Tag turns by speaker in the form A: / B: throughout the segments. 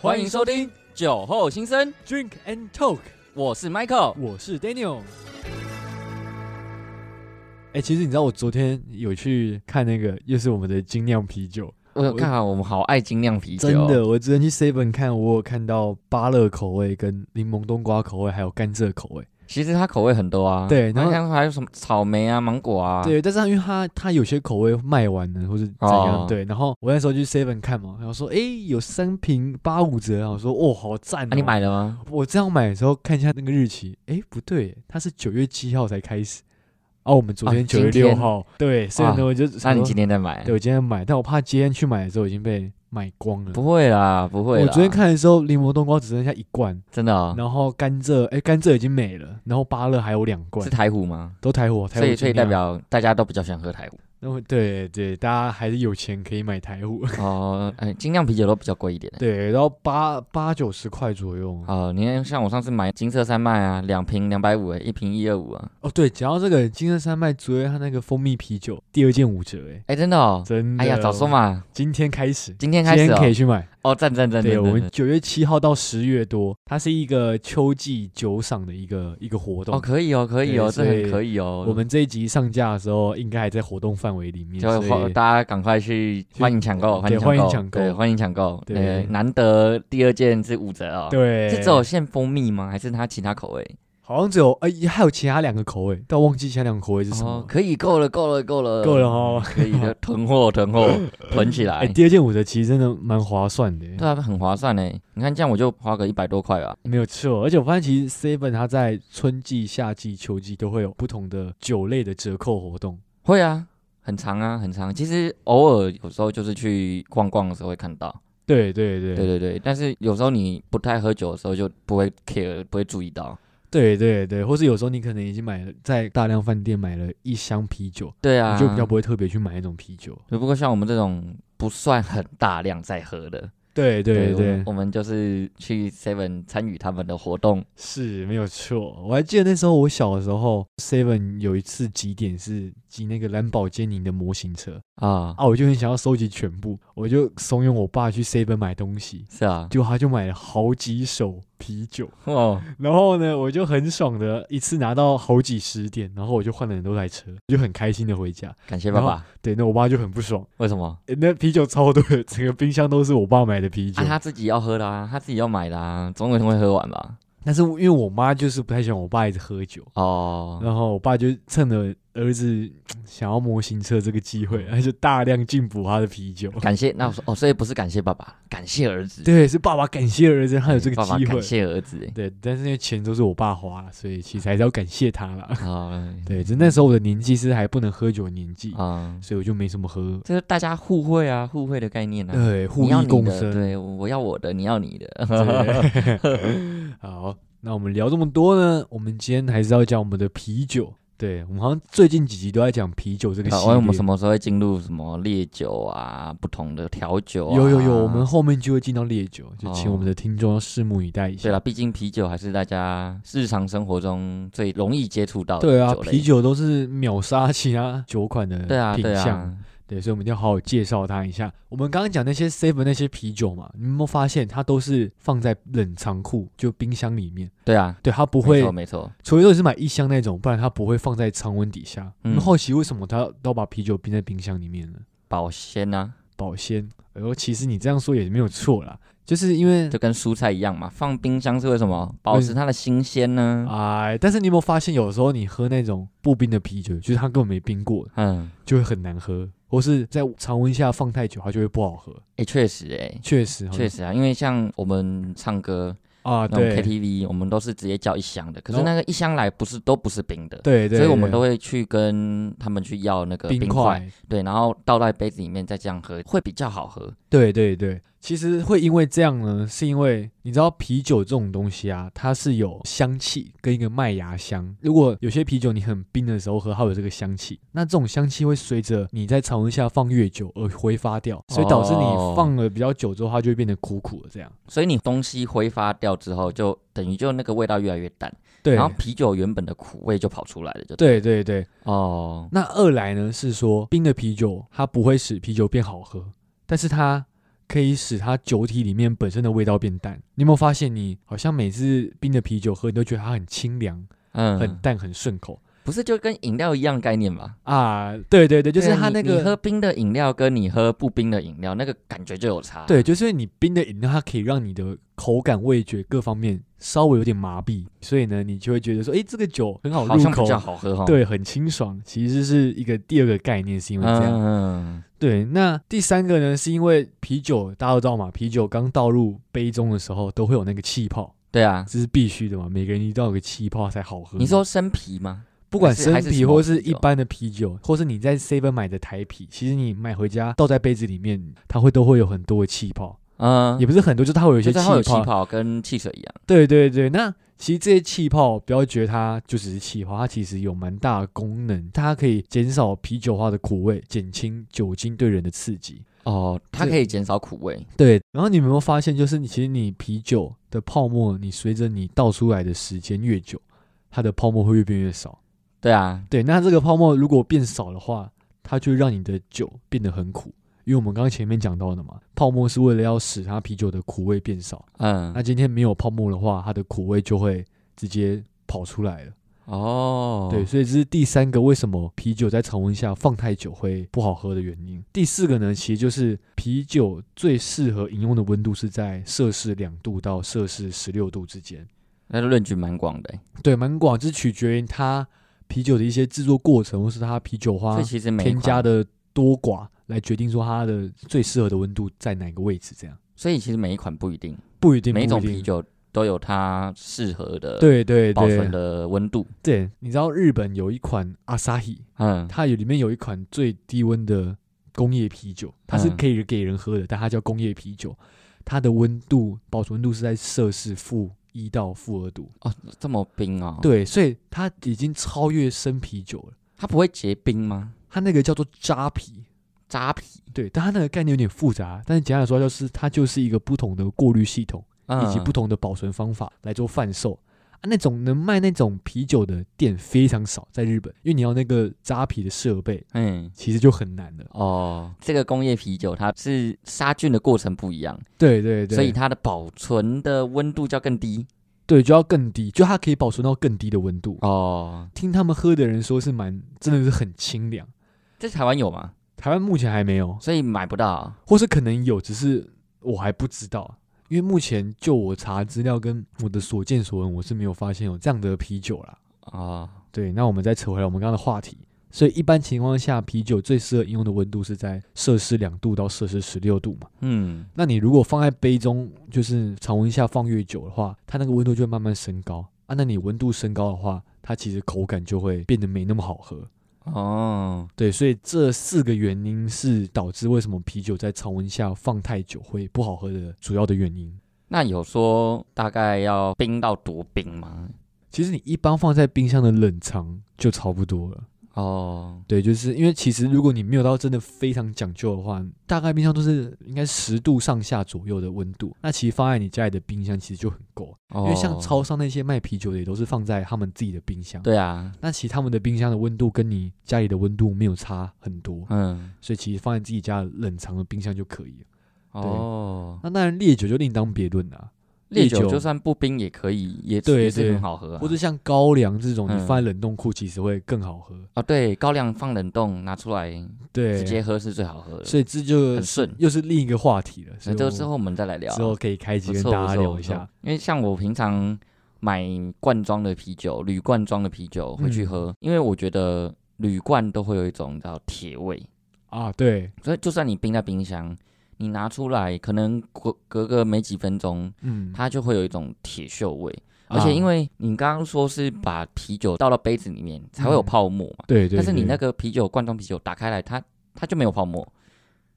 A: 欢迎收听酒后心声，
B: Drink and Talk，
A: 我是 Michael。
B: 我是 Daniel。哎、其实你知道我昨天有去看那个，又是我们的精酿啤酒，
A: 我有看好我们好爱精酿啤酒，哦
B: 真的，我之前去 Seven 看，我有看到芭乐口味、跟柠檬冬瓜口味，还有甘蔗口味。
A: 其实它口味很多啊，
B: 对然后
A: 然后还有什么草莓啊、芒果啊，
B: 对，但是它因为它它有些口味卖完了，或是怎样，
A: 哦
B: 对。然后我那时候去 Seven 看嘛，然后说，哎、有三瓶八五折，然后我说，哦，好赞、哦
A: 啊，你买了吗？
B: 我这样买的时候看一下那个日期，哎，不对，它是九月七号才开始，哦、我们昨
A: 啊
B: 天九
A: 今
B: 月六
A: 天
B: 号，对，所以
A: 哇
B: 呢，我就
A: 那
B: 想
A: 啊你
B: 说
A: 今天再买
B: 对？我今天买，但我怕今天去买的时候已经被买光了。
A: 不会啦，不会啦。
B: 我昨天看的时候，柠檬冬瓜只剩下一罐，
A: 真的哦，
B: 然后甘蔗，哎，甘蔗已经没了，然后芭乐还有两罐
A: 是，台虎吗？
B: 都台虎，台
A: 所
B: 虎
A: 以所以
B: 尽量
A: 代，表大家都比较喜欢喝台虎
B: 那我对对，大家还是有钱可以买台虎，
A: 哦，哎精酿啤酒都比较贵一点。
B: 对，然后八八九十块左右，
A: 哦，你看，像我上次买金色山脉啊，两瓶两百五，一瓶一二五啊，
B: 哦，对，讲到这个金色山脉，昨天他那个蜂蜜啤酒第二件五折，哎。
A: 哎，真的哦，
B: 真的，
A: 哎呀，早说！嘛，
B: 今天开始，
A: 今天
B: 今
A: 开始
B: 天
A: 哦
B: 可以去买。
A: 哦，赞赞赞，
B: 对
A: 赞
B: 我们
A: 赞
B: 九月七号到十月多，它是一个秋季酒赏的一个一个活动。
A: 哦，可以哦，可以哦，
B: 对
A: 这
B: 所以
A: 很可以哦。
B: 我们这一集上架的时候，应该还在活动范围里面，
A: 就
B: 所
A: 欢
B: 以
A: 大家赶快去欢迎抢购，
B: 对
A: 欢
B: 欢
A: 迎
B: 迎
A: 抢
B: 抢
A: 购，
B: 购
A: 对，欢迎抢购。
B: 对
A: 对，难得第二件是五折哦。，
B: 对，
A: 是只有限蜂蜜吗？还是它其他口味？
B: 好像只有哎，还有其他两个口味，但我忘记其他两个口味是什么
A: 哦，
B: 了。
A: 可以，够了，够了，够了，
B: 够了哦
A: 可以 的，囤货，囤货，囤起
B: 哎，
A: 来。
B: 第二件五折其实真的蛮划算的，
A: 对啊，很划算呢。你看这样我就花个一百多块吧。
B: 没有错。而且我发现其实 Seven 它在春季、夏季、秋季都会有不同的酒类的折扣活动。
A: 会啊，很长啊，很长。其实偶尔有时候就是去逛逛的时候会看到。
B: 对对对
A: 对对对，但是有时候你不太喝酒的时候就不会 care，不会注意到。
B: 对对对，或是有时候你可能已经买了，在大量饭店买了一箱啤酒，
A: 对啊，
B: 你就比较不会特别去买那种啤酒。
A: 只不过像我们这种不算很大量在喝的，
B: 对对
A: 我们
B: 对，
A: 我们就是去 Seven 参与他们的活动，
B: 是没有错。我还记得那时候我小的时候，Seven 有一次集点是集那个蓝宝坚尼的模型车
A: 啊、
B: 啊，我就很想要收集全部，我就怂恿我爸去 Seven 买东西。
A: 是啊，
B: 结果他就买了好几手啤酒，
A: 哦，
B: 然后呢，我就很爽的一次拿到好几十点，然后我就换了很多台车，就很开心的回家。
A: 感谢爸
B: 然
A: 爸，
B: 对，那我爸就很不爽，
A: 为什么？
B: 欸那啤酒超多的，整个冰箱都是我爸买的啤酒。
A: 啊，他自己要喝的啊，他自己要买的啊，总有一天会喝完吧？
B: 但是因为我妈就是不太喜欢我爸一直喝酒，
A: 哦，
B: 然后我爸就趁着儿子想要模型车这个机会，他就大量进补他的啤酒。
A: 感谢，那我说哦，所以不是感谢爸爸，感谢儿子，
B: 对，是爸爸感谢儿子，他有这个
A: 爸爸
B: 机会
A: 感。谢 儿子，
B: 对，但是那些钱都是我爸花，所以其实还是要感谢他啦。
A: 哦，
B: 对，就那时候我的年纪是还不能喝酒的年纪，
A: 啊，
B: 所以我就没什么喝。
A: 这是大家互惠啊，互惠的概念啊，
B: 对，呃互
A: 你要
B: 利
A: 你
B: 共
A: 的，
B: 生。
A: 对，我要我的，你要你的，
B: 对 好，那我们聊这么多呢，我们今天还是要讲我们的啤酒。对，我们好像最近几集都在讲啤酒这个系
A: 好，
B: 列。
A: 啊我们什么时候会进入什么烈酒啊，不同的调酒、啊？
B: 有有有，我们后面就会进到烈酒，就请
A: 哦
B: 我们的听众要拭目以待一
A: 对
B: 下。
A: 了，毕竟啤酒还是大家日常生活中最容易接触到的
B: 对啊，
A: 酒类
B: 啤。酒都是秒杀其他酒款的
A: 对啊，
B: 品
A: 对
B: 相，
A: 啊，
B: 对，所以我们一定要好好介绍它一下。我们刚刚讲那些 seven 那些啤酒嘛，你有没有发现它都是放在冷藏库，就冰箱里面？
A: 对啊，
B: 对，它不
A: 没
B: 会
A: 错，没错，
B: 除非说你是买一箱那种，不然它不会放在常温底下。
A: 嗯
B: 你们好奇为什么它都要把啤酒冰在冰箱里面呢？
A: 保鲜啊，
B: 保鲜。然后其实你这样说也没有错啦，就是因为
A: 就跟蔬菜一样嘛，放冰箱是为什么？保持它的新鲜呢？
B: 哎，但是你有没有发现，有时候你喝那种不冰的啤酒，就是它根本没冰过，
A: 嗯，
B: 就会很难喝，或是在常温下放太久，它就会不好喝。
A: 哎，确实，哎，
B: 确实，
A: 确实啊，因为像我们唱歌
B: 啊，
A: 那种
B: 对
A: KTV，我们都是直接叫一箱的，可是
B: 然后
A: 那个一箱来不是都不是冰的，
B: 对对，
A: 所以我们
B: 对
A: 都会去跟他们去要那个
B: 冰
A: 冰块。
B: 块。
A: 对，然后倒在杯子里面再这样喝，会比较好喝。
B: 对对对，其实会因为这样呢，是因为你知道啤酒这种东西啊，它是有香气跟一个麦芽香。如果有些啤酒你很冰的时候喝，它有这个香气，那这种香气会随着你在常温下放越久而挥发掉，所以导致
A: 哦
B: 你放了比较久之后，它就会变得苦苦的这样。
A: 所以你东西挥发掉之后，就等于就那个味道越来越淡，
B: 对，
A: 然后啤酒原本的苦味就跑出来了，就
B: 对对对，
A: 哦，
B: 那二来呢是说冰的啤酒它不会使啤酒变好喝，但是它可以使它酒体里面本身的味道变淡。你有没有发现，你好像每次冰的啤酒喝，你都觉得它很清凉、
A: 嗯，
B: 很淡、很顺口
A: 不是就跟饮料一样概念吧？
B: 啊？对对对，就是
A: 对
B: 它那
A: 你你
B: 个
A: 喝冰的饮料跟你喝不冰的饮料，那个感觉就有差。
B: 对，就是你冰的饮料，它可以让你的口感、味觉各方面稍微有点麻痹，所以呢，你就会觉得说，诶，这个酒很好
A: 好
B: 入
A: 像
B: 口
A: 比，较好喝哈。哦
B: 对，很清爽。其实是一个第二个概念，是因为这样。
A: 嗯，
B: 对，那第三个呢，是因为啤酒大家都知道嘛，啤酒刚倒入杯中的时候都会有那个气泡，
A: 对啊。
B: 这是必须的嘛，每个人一定要有个气泡才好喝嘛。
A: 你说生啤吗？
B: 不管
A: 还是
B: 生
A: 还是
B: 啤
A: 什么
B: 或是
A: 啤
B: 一
A: 酒
B: 般的啤酒，或是你在 Seven 买的台啤，其实你买回家倒在杯子里面，它会都会有很多的气泡，
A: 嗯，
B: 也不是很多，就是它会有一些
A: 就是
B: 气
A: 它会有气
B: 泡。
A: 泡，跟汽水一样。
B: 对对对，那其实这些气泡，不要觉得它就只是气泡，它其实有蛮大的功能，它可以减少啤酒花的苦味，减轻酒精对人的刺激。
A: 哦，它
B: 这
A: 可以减少苦味。
B: 对，然后你有没有发现，就是你其实你啤酒的泡沫，你随着你倒出来的时间越久，它的泡沫会越变越少。
A: 对啊，
B: 对，那这个泡沫如果变少的话，它就会让你的酒变得很苦，因为我们刚刚前面讲到的嘛，泡沫是为了要使它啤酒的苦味变少。那
A: 嗯，
B: 今天没有泡沫的话，它的苦味就会直接跑出来了。
A: 哦，
B: 对，，所以这是第三个为什么啤酒在常温下放太久会不好喝的原因。第四个呢，其实就是啤酒最适合饮用的温度是在摄氏两度到摄氏十六度之间。
A: 那论据蛮广的欸，
B: 对，蛮广，这取决于它啤酒的一些制作过程，或是它啤酒花
A: 所以其实每一
B: 添加
A: 款，
B: 的多寡来决定说它的最适合的温度在哪个位置。这样
A: 所以其实每一款不一定，
B: 不一定，
A: 每一
B: 不
A: 种
B: 定
A: 啤。酒都有它适合的
B: 对对
A: 保存
B: 对
A: 的温度。
B: 对，你知道日本有一款阿萨希，
A: 嗯，
B: 它有里面有一款最低温的工业啤酒，它是
A: 嗯
B: 可以给人喝的，但它叫工业啤酒，它的温度保存度是在摄氏负一到负二度，
A: 这么冰哦，，
B: 对，所以它已经超越生啤酒了，
A: 它不会结冰吗？
B: 它那个叫做扎啤。
A: 扎啤
B: 对，但它那个概念有点复杂，但是简单来说，就是它就是一个不同的过滤系统
A: 嗯
B: 以及不同的保存方法来做贩售啊。那种能卖那种啤酒的店非常少，在日本，因为你要那个扎啤的设备，
A: 嗯。
B: 其实就很难了。
A: 哦，这个工业啤酒它是杀菌的过程不一样，
B: 对对对，
A: 所以它的保存的温度就要更低。
B: 对，就要更低，就它可以保存到更低的温度。
A: 哦，
B: 听他们喝的人说是蛮，真的是很清凉。
A: 这台湾有吗？
B: 台湾目前还没有，
A: 所以买不到。
B: 或是可能有，只是我还不知道。因为目前就我查资料跟我的所见所闻，我是没有发现有这样的啤酒啦。
A: 哦，
B: 对，那我们再扯回来我们刚刚的话题。所以一般情况下，啤酒最适合饮用的温度是在摄氏两度到摄氏十六度嘛。
A: 嗯，
B: 那你如果放在杯中，就是常温下放越久的话，它那个温度就会慢慢升高啊。那你温度升高的话，它其实口感就会变得没那么好喝。
A: 哦，
B: 对，所以这四个原因是导致为什么啤酒在常温下放太久会不好喝的主要的原因。
A: 那有说大概要冰到多冰吗？
B: 其实你一般放在冰箱的冷藏就差不多了。
A: 哦，
B: 对，就是因为其实如果你没有到真的非常讲究的话，大概冰箱都是应该十度上下左右的温度，那其实放在你家里的冰箱其实就很够了。
A: 因
B: 因为像超商那些卖啤酒的也都是放在他们自己的冰箱。，
A: 哦对啊，
B: 那其实他们的冰箱的温度跟你家里的温度没有差很多，
A: 嗯，
B: 所以其实放在自己家冷藏的冰箱就可以了。
A: 哦，
B: 那当然烈酒就另当别论啦，
A: 烈
B: 烈
A: 酒
B: 酒
A: 就算不冰也可以，也
B: 对
A: 也是
B: 对
A: 很好喝啊。
B: 或者像高粱这种，你
A: 嗯
B: 放在冷冻库其实会更好喝。
A: 哦，对，高粱放冷冻拿出来直接
B: 对，
A: 喝是最好喝的，
B: 所以这就
A: 很顺。
B: 又是另一个话题了。所
A: 那
B: 以
A: 这
B: 我
A: 个之后我们再来聊啊，
B: 之后可以开一集
A: 不
B: 跟
A: 错
B: 大家
A: 不错
B: 聊
A: 不
B: 一
A: 错
B: 下。
A: 因为像我平常买罐装的啤酒，铝罐装的啤酒会去
B: 嗯
A: 喝，因为我觉得铝罐都会有一种叫铁味，
B: 啊。对，
A: 所以就算你冰在冰箱，你拿出来可能隔隔个没几分钟，
B: 嗯，啊
A: 它就会有一种铁锈味。而且因
B: 为
A: 为你刚刚说是把啤酒倒到杯子里面才会有
B: 嗯
A: 泡沫嘛，
B: 对对，
A: 但是你
B: 对
A: 那个啤酒罐装啤酒打开来，它它就没有泡沫，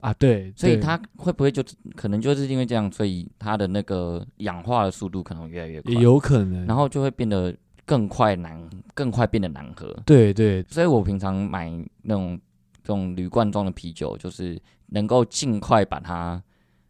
B: 啊，对，
A: 所以
B: 对
A: 它会不会就可能就是因为这样，所以它的那个氧化的速度可能越来越快
B: 也，有可能。
A: 然后就会变得更快难，更快变得难喝。
B: 对对
A: 所以我平常买那种这种铝罐装的啤酒，就是能够尽快把它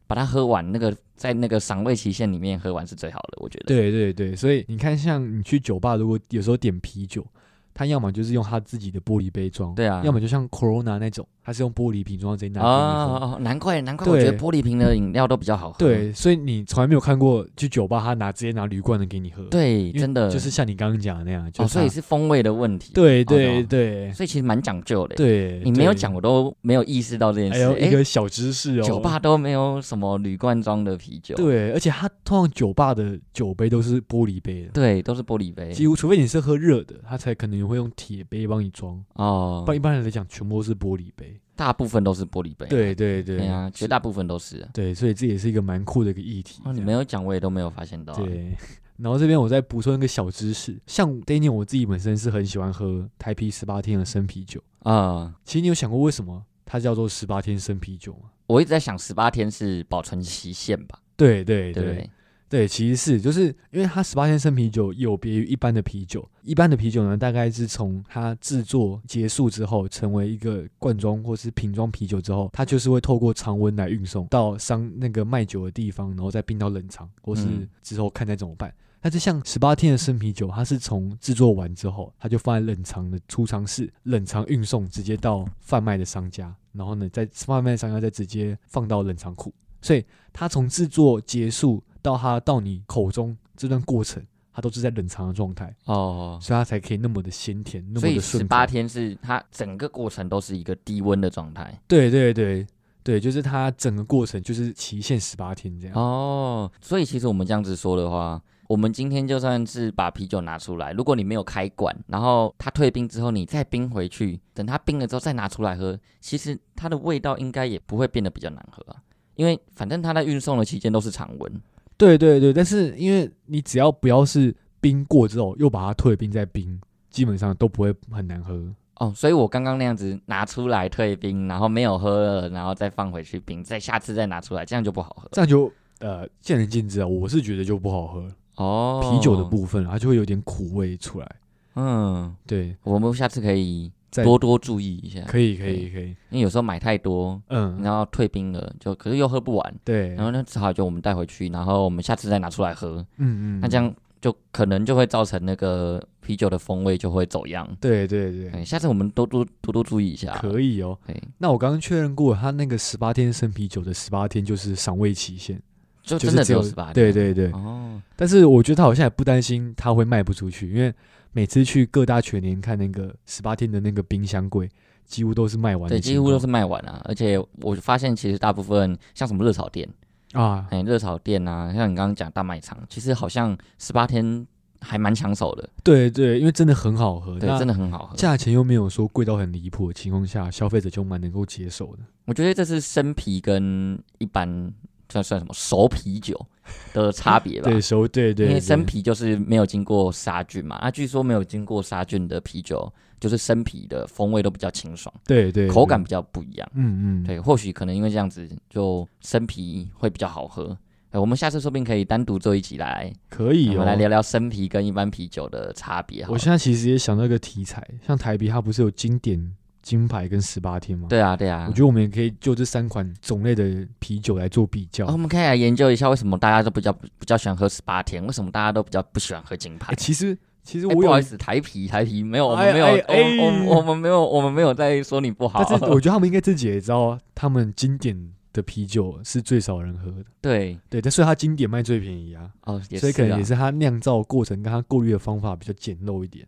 A: 把它喝完，那个在那个赏味期限里面喝完是最好的，我觉得。
B: 对对对，所以你看，像你去酒吧，如果有时候点啤酒，他要么就是用他自己的玻璃杯装，
A: 对啊
B: 要么就像 Corona 那种，它是用玻璃瓶装到直接拿给你喝。
A: 哦，难怪难怪，我
B: 对
A: 觉得玻璃瓶的饮料都比较好喝。
B: 对，所以你从来没有看过去酒吧，他拿直接拿铝罐的给你喝。，
A: 对，
B: 因为
A: 真的
B: 就是像你刚刚讲的那样，就
A: 哦，所以
B: 它
A: 是风味的问题。，
B: 对
A: 哦对
B: 对
A: 哦
B: 对
A: 所以其实蛮讲究的。
B: 对，
A: 你没有
B: 对
A: 讲，我都没有意识到这件
B: 哎
A: 事。
B: 呦，一
A: 诶
B: 个小知识哦，
A: 酒吧都没有什么铝罐装的啤酒，
B: 对，而且它通常酒吧的酒杯都是玻璃杯的，
A: 对，都是玻璃杯。
B: 几乎除非你是喝热的，它才可能会用铁杯帮你装，
A: 哦
B: 不，然一般来讲全部都是玻璃杯。
A: 大部分都是玻璃杯。
B: 对对对，
A: 对啊，绝大部分都是啊。
B: 对，所以这也是一个蛮酷的一个议题。
A: 哦，你
B: 这样
A: 没有讲，我也都没有发现到啊。
B: 对， 然后这边我再补充一个小知识，像 Daniel 我自己本身是很喜欢喝台啤十八天的生啤酒。
A: 啊，
B: 其实你有想过为什么它叫做十八天生啤酒吗？
A: 我一直在想，十八天是保存期限吧？
B: 对对
A: 对不
B: 对
A: 对？
B: 对，其实是就是因为它十八天生啤酒有别于一般的啤酒，一般的啤酒呢，大概是从它制作结束之后，成为一个罐装或是瓶装啤酒之后，它就是会透过常温来运送到商那个卖酒的地方，然后再冰到冷藏，或是
A: 嗯
B: 之后看再怎么办。但是像十八天的生啤酒，它是从制作完之后，它就放在冷藏的储藏室，冷藏运送直接到贩卖的商家，然后呢，再贩卖商家再直接放到冷藏库。所以它从制作结束到它到你口中这段过程，它都是在冷藏的状态，
A: 哦，
B: 所以它才可以那么的鲜甜，那
A: 所
B: 么
A: 以
B: 的
A: 十
B: 顺口。
A: 八天是它整个过程都是一个低温的状态。
B: 对对对对，就是它整个过程就是期限十八天这样。
A: 哦，所以其实我们这样子说的话，我们今天就算是把啤酒拿出来，如果你没有开罐，然后它退冰之后你再冰回去，等它冰了之后再拿出来喝，其实它的味道应该也不会变得比较难喝啊，因为反正它在运送的期间都是常温。
B: 对对对，但是因为你只要不要是冰过之后又把它退冰再冰，基本上都不会很难喝。
A: 哦，所以我刚刚那样子拿出来退冰，然后没有喝啊了，然后再放回去冰，再下次再拿出来，这样就不好喝。
B: 这样就呃见仁见智啊，我是觉得就不好喝。
A: 哦，
B: 啤酒的，部分啊它就会有点苦味出来。
A: 嗯，
B: 对，
A: 我们下次可以
B: 再
A: 多多注意一下，
B: 可以可以可以，
A: 因为有时候买太多，
B: 嗯，
A: 然后退冰了，就可是又喝不完，
B: 对，
A: 然后那只好就我们带回去，然后我们下次再拿出来喝，
B: 嗯嗯，
A: 那这样就可能就会造成那个啤酒的风味就会走样。
B: 对对对，
A: 对，下次我们多多多多注意一下。哎
B: 可以哦。
A: 对，
B: 那我刚刚确认过，它那个十八天生啤酒的十八天就是赏味期限，
A: 就
B: 就
A: 真的
B: 是只
A: 只有
B: 有
A: 十八
B: 对对对，
A: 啊哦，
B: 但是我觉得他好像也不担心他会卖不出去，因为每次去各大全年看那个十八天的那个冰箱柜，几乎都是卖完的
A: 对，
B: 情
A: 几乎
B: 况，
A: 都是卖完了、而且我发现，其实大部分像什么热炒店，
B: 啊，
A: 哎、热炒店啊，像你刚刚讲大卖场，其实好像十八天还蛮抢手的，
B: 对对，因为真的很好喝，
A: 对，
B: 那
A: 真的很好喝。
B: 价钱又没有说贵到很离谱的情况下，消费者就蛮能够接受的。
A: 我觉得这是生啤跟一般算算什么熟啤酒的差别 吧。
B: 对，熟对对，
A: 因为
B: 对
A: 生啤就是没有经过杀菌嘛，啊，据说没有经过杀菌的啤酒，就是生啤的风味都比较清爽，
B: 对对
A: 口感，比较不一样。
B: 对嗯嗯，
A: 对，或许可能因为这样子，就生啤会比较好喝。呃我们下次说不定可以单独做一集来，
B: 可以
A: 我
B: 哦
A: 们来。聊聊生啤跟一般啤酒的差别好
B: 我
A: 了。
B: 现在其实也想到一个题材，像台啤它不是有经典金牌跟十八天吗？
A: 对啊，对啊，
B: 我觉得我们也可以就这三款种类的啤酒来做比较。
A: 哦我们可以来研究一下，为什么大家都比较比较喜欢喝十八天，为什么大家都比较不喜欢喝金牌
B: 哎，？其实其实
A: 哎
B: 我
A: 不
B: 有，
A: 好意思，台啤台啤没有，我
B: 哎
A: 们没有，
B: 哎哎
A: 我们我们我们没有，我们没有在说你不好
B: 但。是我觉得他们应该自己也知道，他们经典的啤酒是最少人喝的。
A: 对，
B: 对，但所以它经典卖最便宜啊，
A: 哦，也
B: 所以可能
A: 啊
B: 也是它酿造过程跟它过滤的方法比较简陋一点，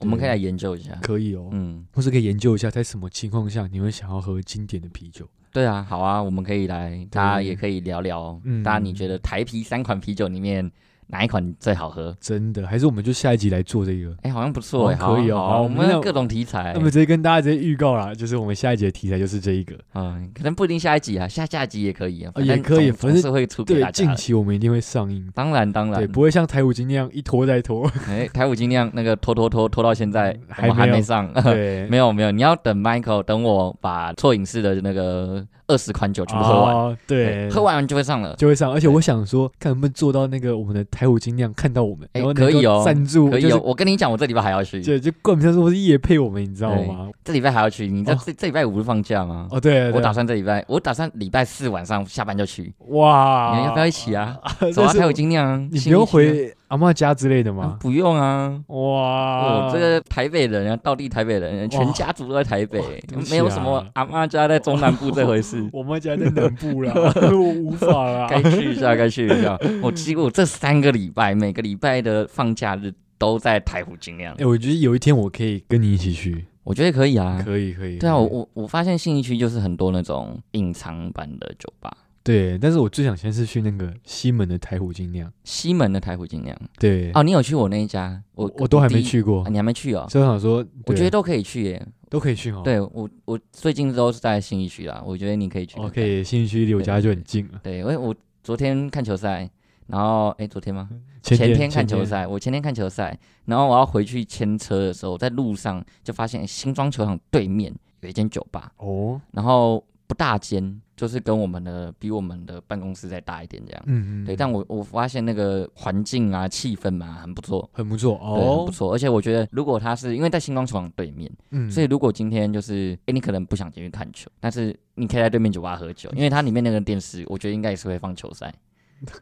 A: 我们可以
B: 对
A: 来研究一下。
B: 可以哦，
A: 嗯，
B: 或是可以研究一下，在什么情况下你会想要喝经典的啤酒。
A: 对啊，好啊，我们可以来，大家也可以聊聊，
B: 嗯
A: 大家你觉得台啤三款啤酒里面哪一款最好喝？
B: 真的，还是我们就下一集来做这个。
A: 哎，好像不错哎，
B: 好可以哦
A: 好啊
B: 好
A: 好啊
B: 我
A: 我
B: 们
A: 们
B: 那
A: 有各种题材
B: 那，么直接跟大家直接预告啦，就是我们下一集的题材就是这一个。
A: 嗯，可能不一定下一集啊，下下集也可以啊，
B: 哦也可以
A: 反
B: 反正
A: 正总总是会出给
B: 对
A: 大，家
B: 近
A: 的。
B: 期我们一定会上映。
A: 当然当然
B: 对，，不会像台舞金那样一拖再 拖。
A: 哎，台舞精酿那个拖拖拖拖到现在，我
B: 还
A: 们还
B: 没有
A: 没上。
B: 对，
A: 没有没有，你要等 Michael 等我把错影视的那个二十款酒全部喝完，
B: 哦对，
A: 喝完就会上了。
B: 就会上。而且
A: 对
B: 我想说，看能不能做到那个我们的台舞精酿看到我们，
A: 哎
B: 然后能
A: 可以
B: 够
A: 哦
B: 赞助，
A: 可以、哦，
B: 就是
A: 我跟你讲，我这礼拜还要去，
B: 就就冠名赞助或是夜配我们，你知道吗？
A: 这礼拜还要去。你知道
B: 哦
A: 这、这礼拜五不是放假吗？
B: 哦，对，对
A: 我打算这礼拜，我打算礼拜四晚上下班就去。
B: 哇，
A: 你们要不要一起啊？
B: 但
A: 走啊，
B: 哦是
A: 台有精酿啊，
B: 你不
A: 新一
B: 用
A: 区啊。
B: 回阿嬷家之类的
A: 啊
B: 吗？
A: 不用啊。
B: 哇，
A: 哦，这个台北人啊，道地台北人，全家族都在台北
B: 对不，起啊。
A: 没有什么阿妈家在中南部这回事
B: 我们家在南部 啦，我无法
A: 该
B: 啦。
A: 去一 下，该去一下。我几乎这三个礼拜，每个礼拜的放假日都在台湖尽量
B: 哎、。我觉得有一天我可以跟你一起去，
A: 我觉得可以啊，
B: 可以可以。
A: 对啊，
B: 可
A: 我
B: 以
A: 我我发现信义区就是很多那种隐藏版的酒吧，
B: 对，但是我最想先是去那个西门的台虎精酿，
A: 西门的台虎精酿。
B: 对，
A: 哦，你有去我那一家？我
B: 我都还没
A: 第一
B: 去过
A: 啊，，你还没去哦？
B: 所以我想说，
A: 我
B: 对
A: 觉得都可以去耶。
B: 都可以去哦。
A: 对我我最近都是在信义区啦，我觉得你可以去看看。
B: ，OK，新义区离我家就很近了。
A: 对，因为我昨天看球赛，然后哎，昨天吗？
B: 前
A: 前
B: 天
A: 看球，赛，我前天看球赛，然后我要回去牵车的时候，在路上就发现哎新庄球场对面有一间酒吧，
B: 哦，
A: 然后不大间，就是跟我们的比我们的办公室再大一点这样。
B: 嗯嗯，
A: 对，
B: 嗯
A: 但我我发现那个环境啊、气氛啊很不错，
B: 很不错
A: 对，很
B: 哦
A: 不，错。而且我觉得，如果他是因为在星光球场对面，
B: 嗯
A: 所以如果今天就是，哎、你可能不想进去看球，但是你可以在对面酒吧喝酒，因为它里面那个电视，我觉得应该也是会放球赛。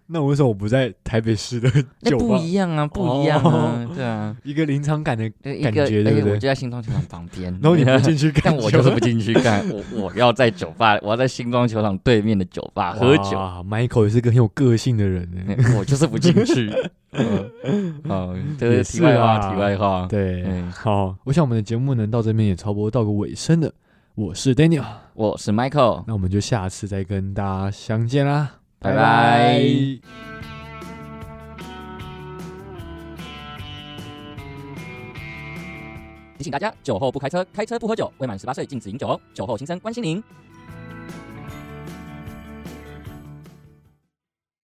B: 那为什么我不在台北市的
A: 那
B: 酒
A: 不
B: 吧？哦
A: 一样啊，不一样啊，对啊，
B: 一个临场感的，
A: 对一
B: 感
A: 个，
B: 觉
A: 而
B: 对不
A: 且
B: 对
A: 我就在星光球场旁边，
B: 然后你不 进去看
A: 但
B: 球，
A: 我就是不进去看，我我要在酒吧，我要在星光球场对面的酒吧喝酒。
B: 哇，Michael 也是个很有个性的人呢。
A: 嗯我就是不进 去。嗯，哦，这
B: 也
A: 是
B: 是
A: 题外话，
B: 啊
A: 题外话。
B: 对，
A: 嗯，
B: 好，我想我们的节目呢到这边也差不多到个尾声了。我是 Daniel，
A: 我是 Michael，
B: 那我们就下次再跟大家相见啦，
A: 拜拜提醒大家，酒后不开车，开车不喝酒，未满十八岁禁止饮酒哦。酒后心声，关心您。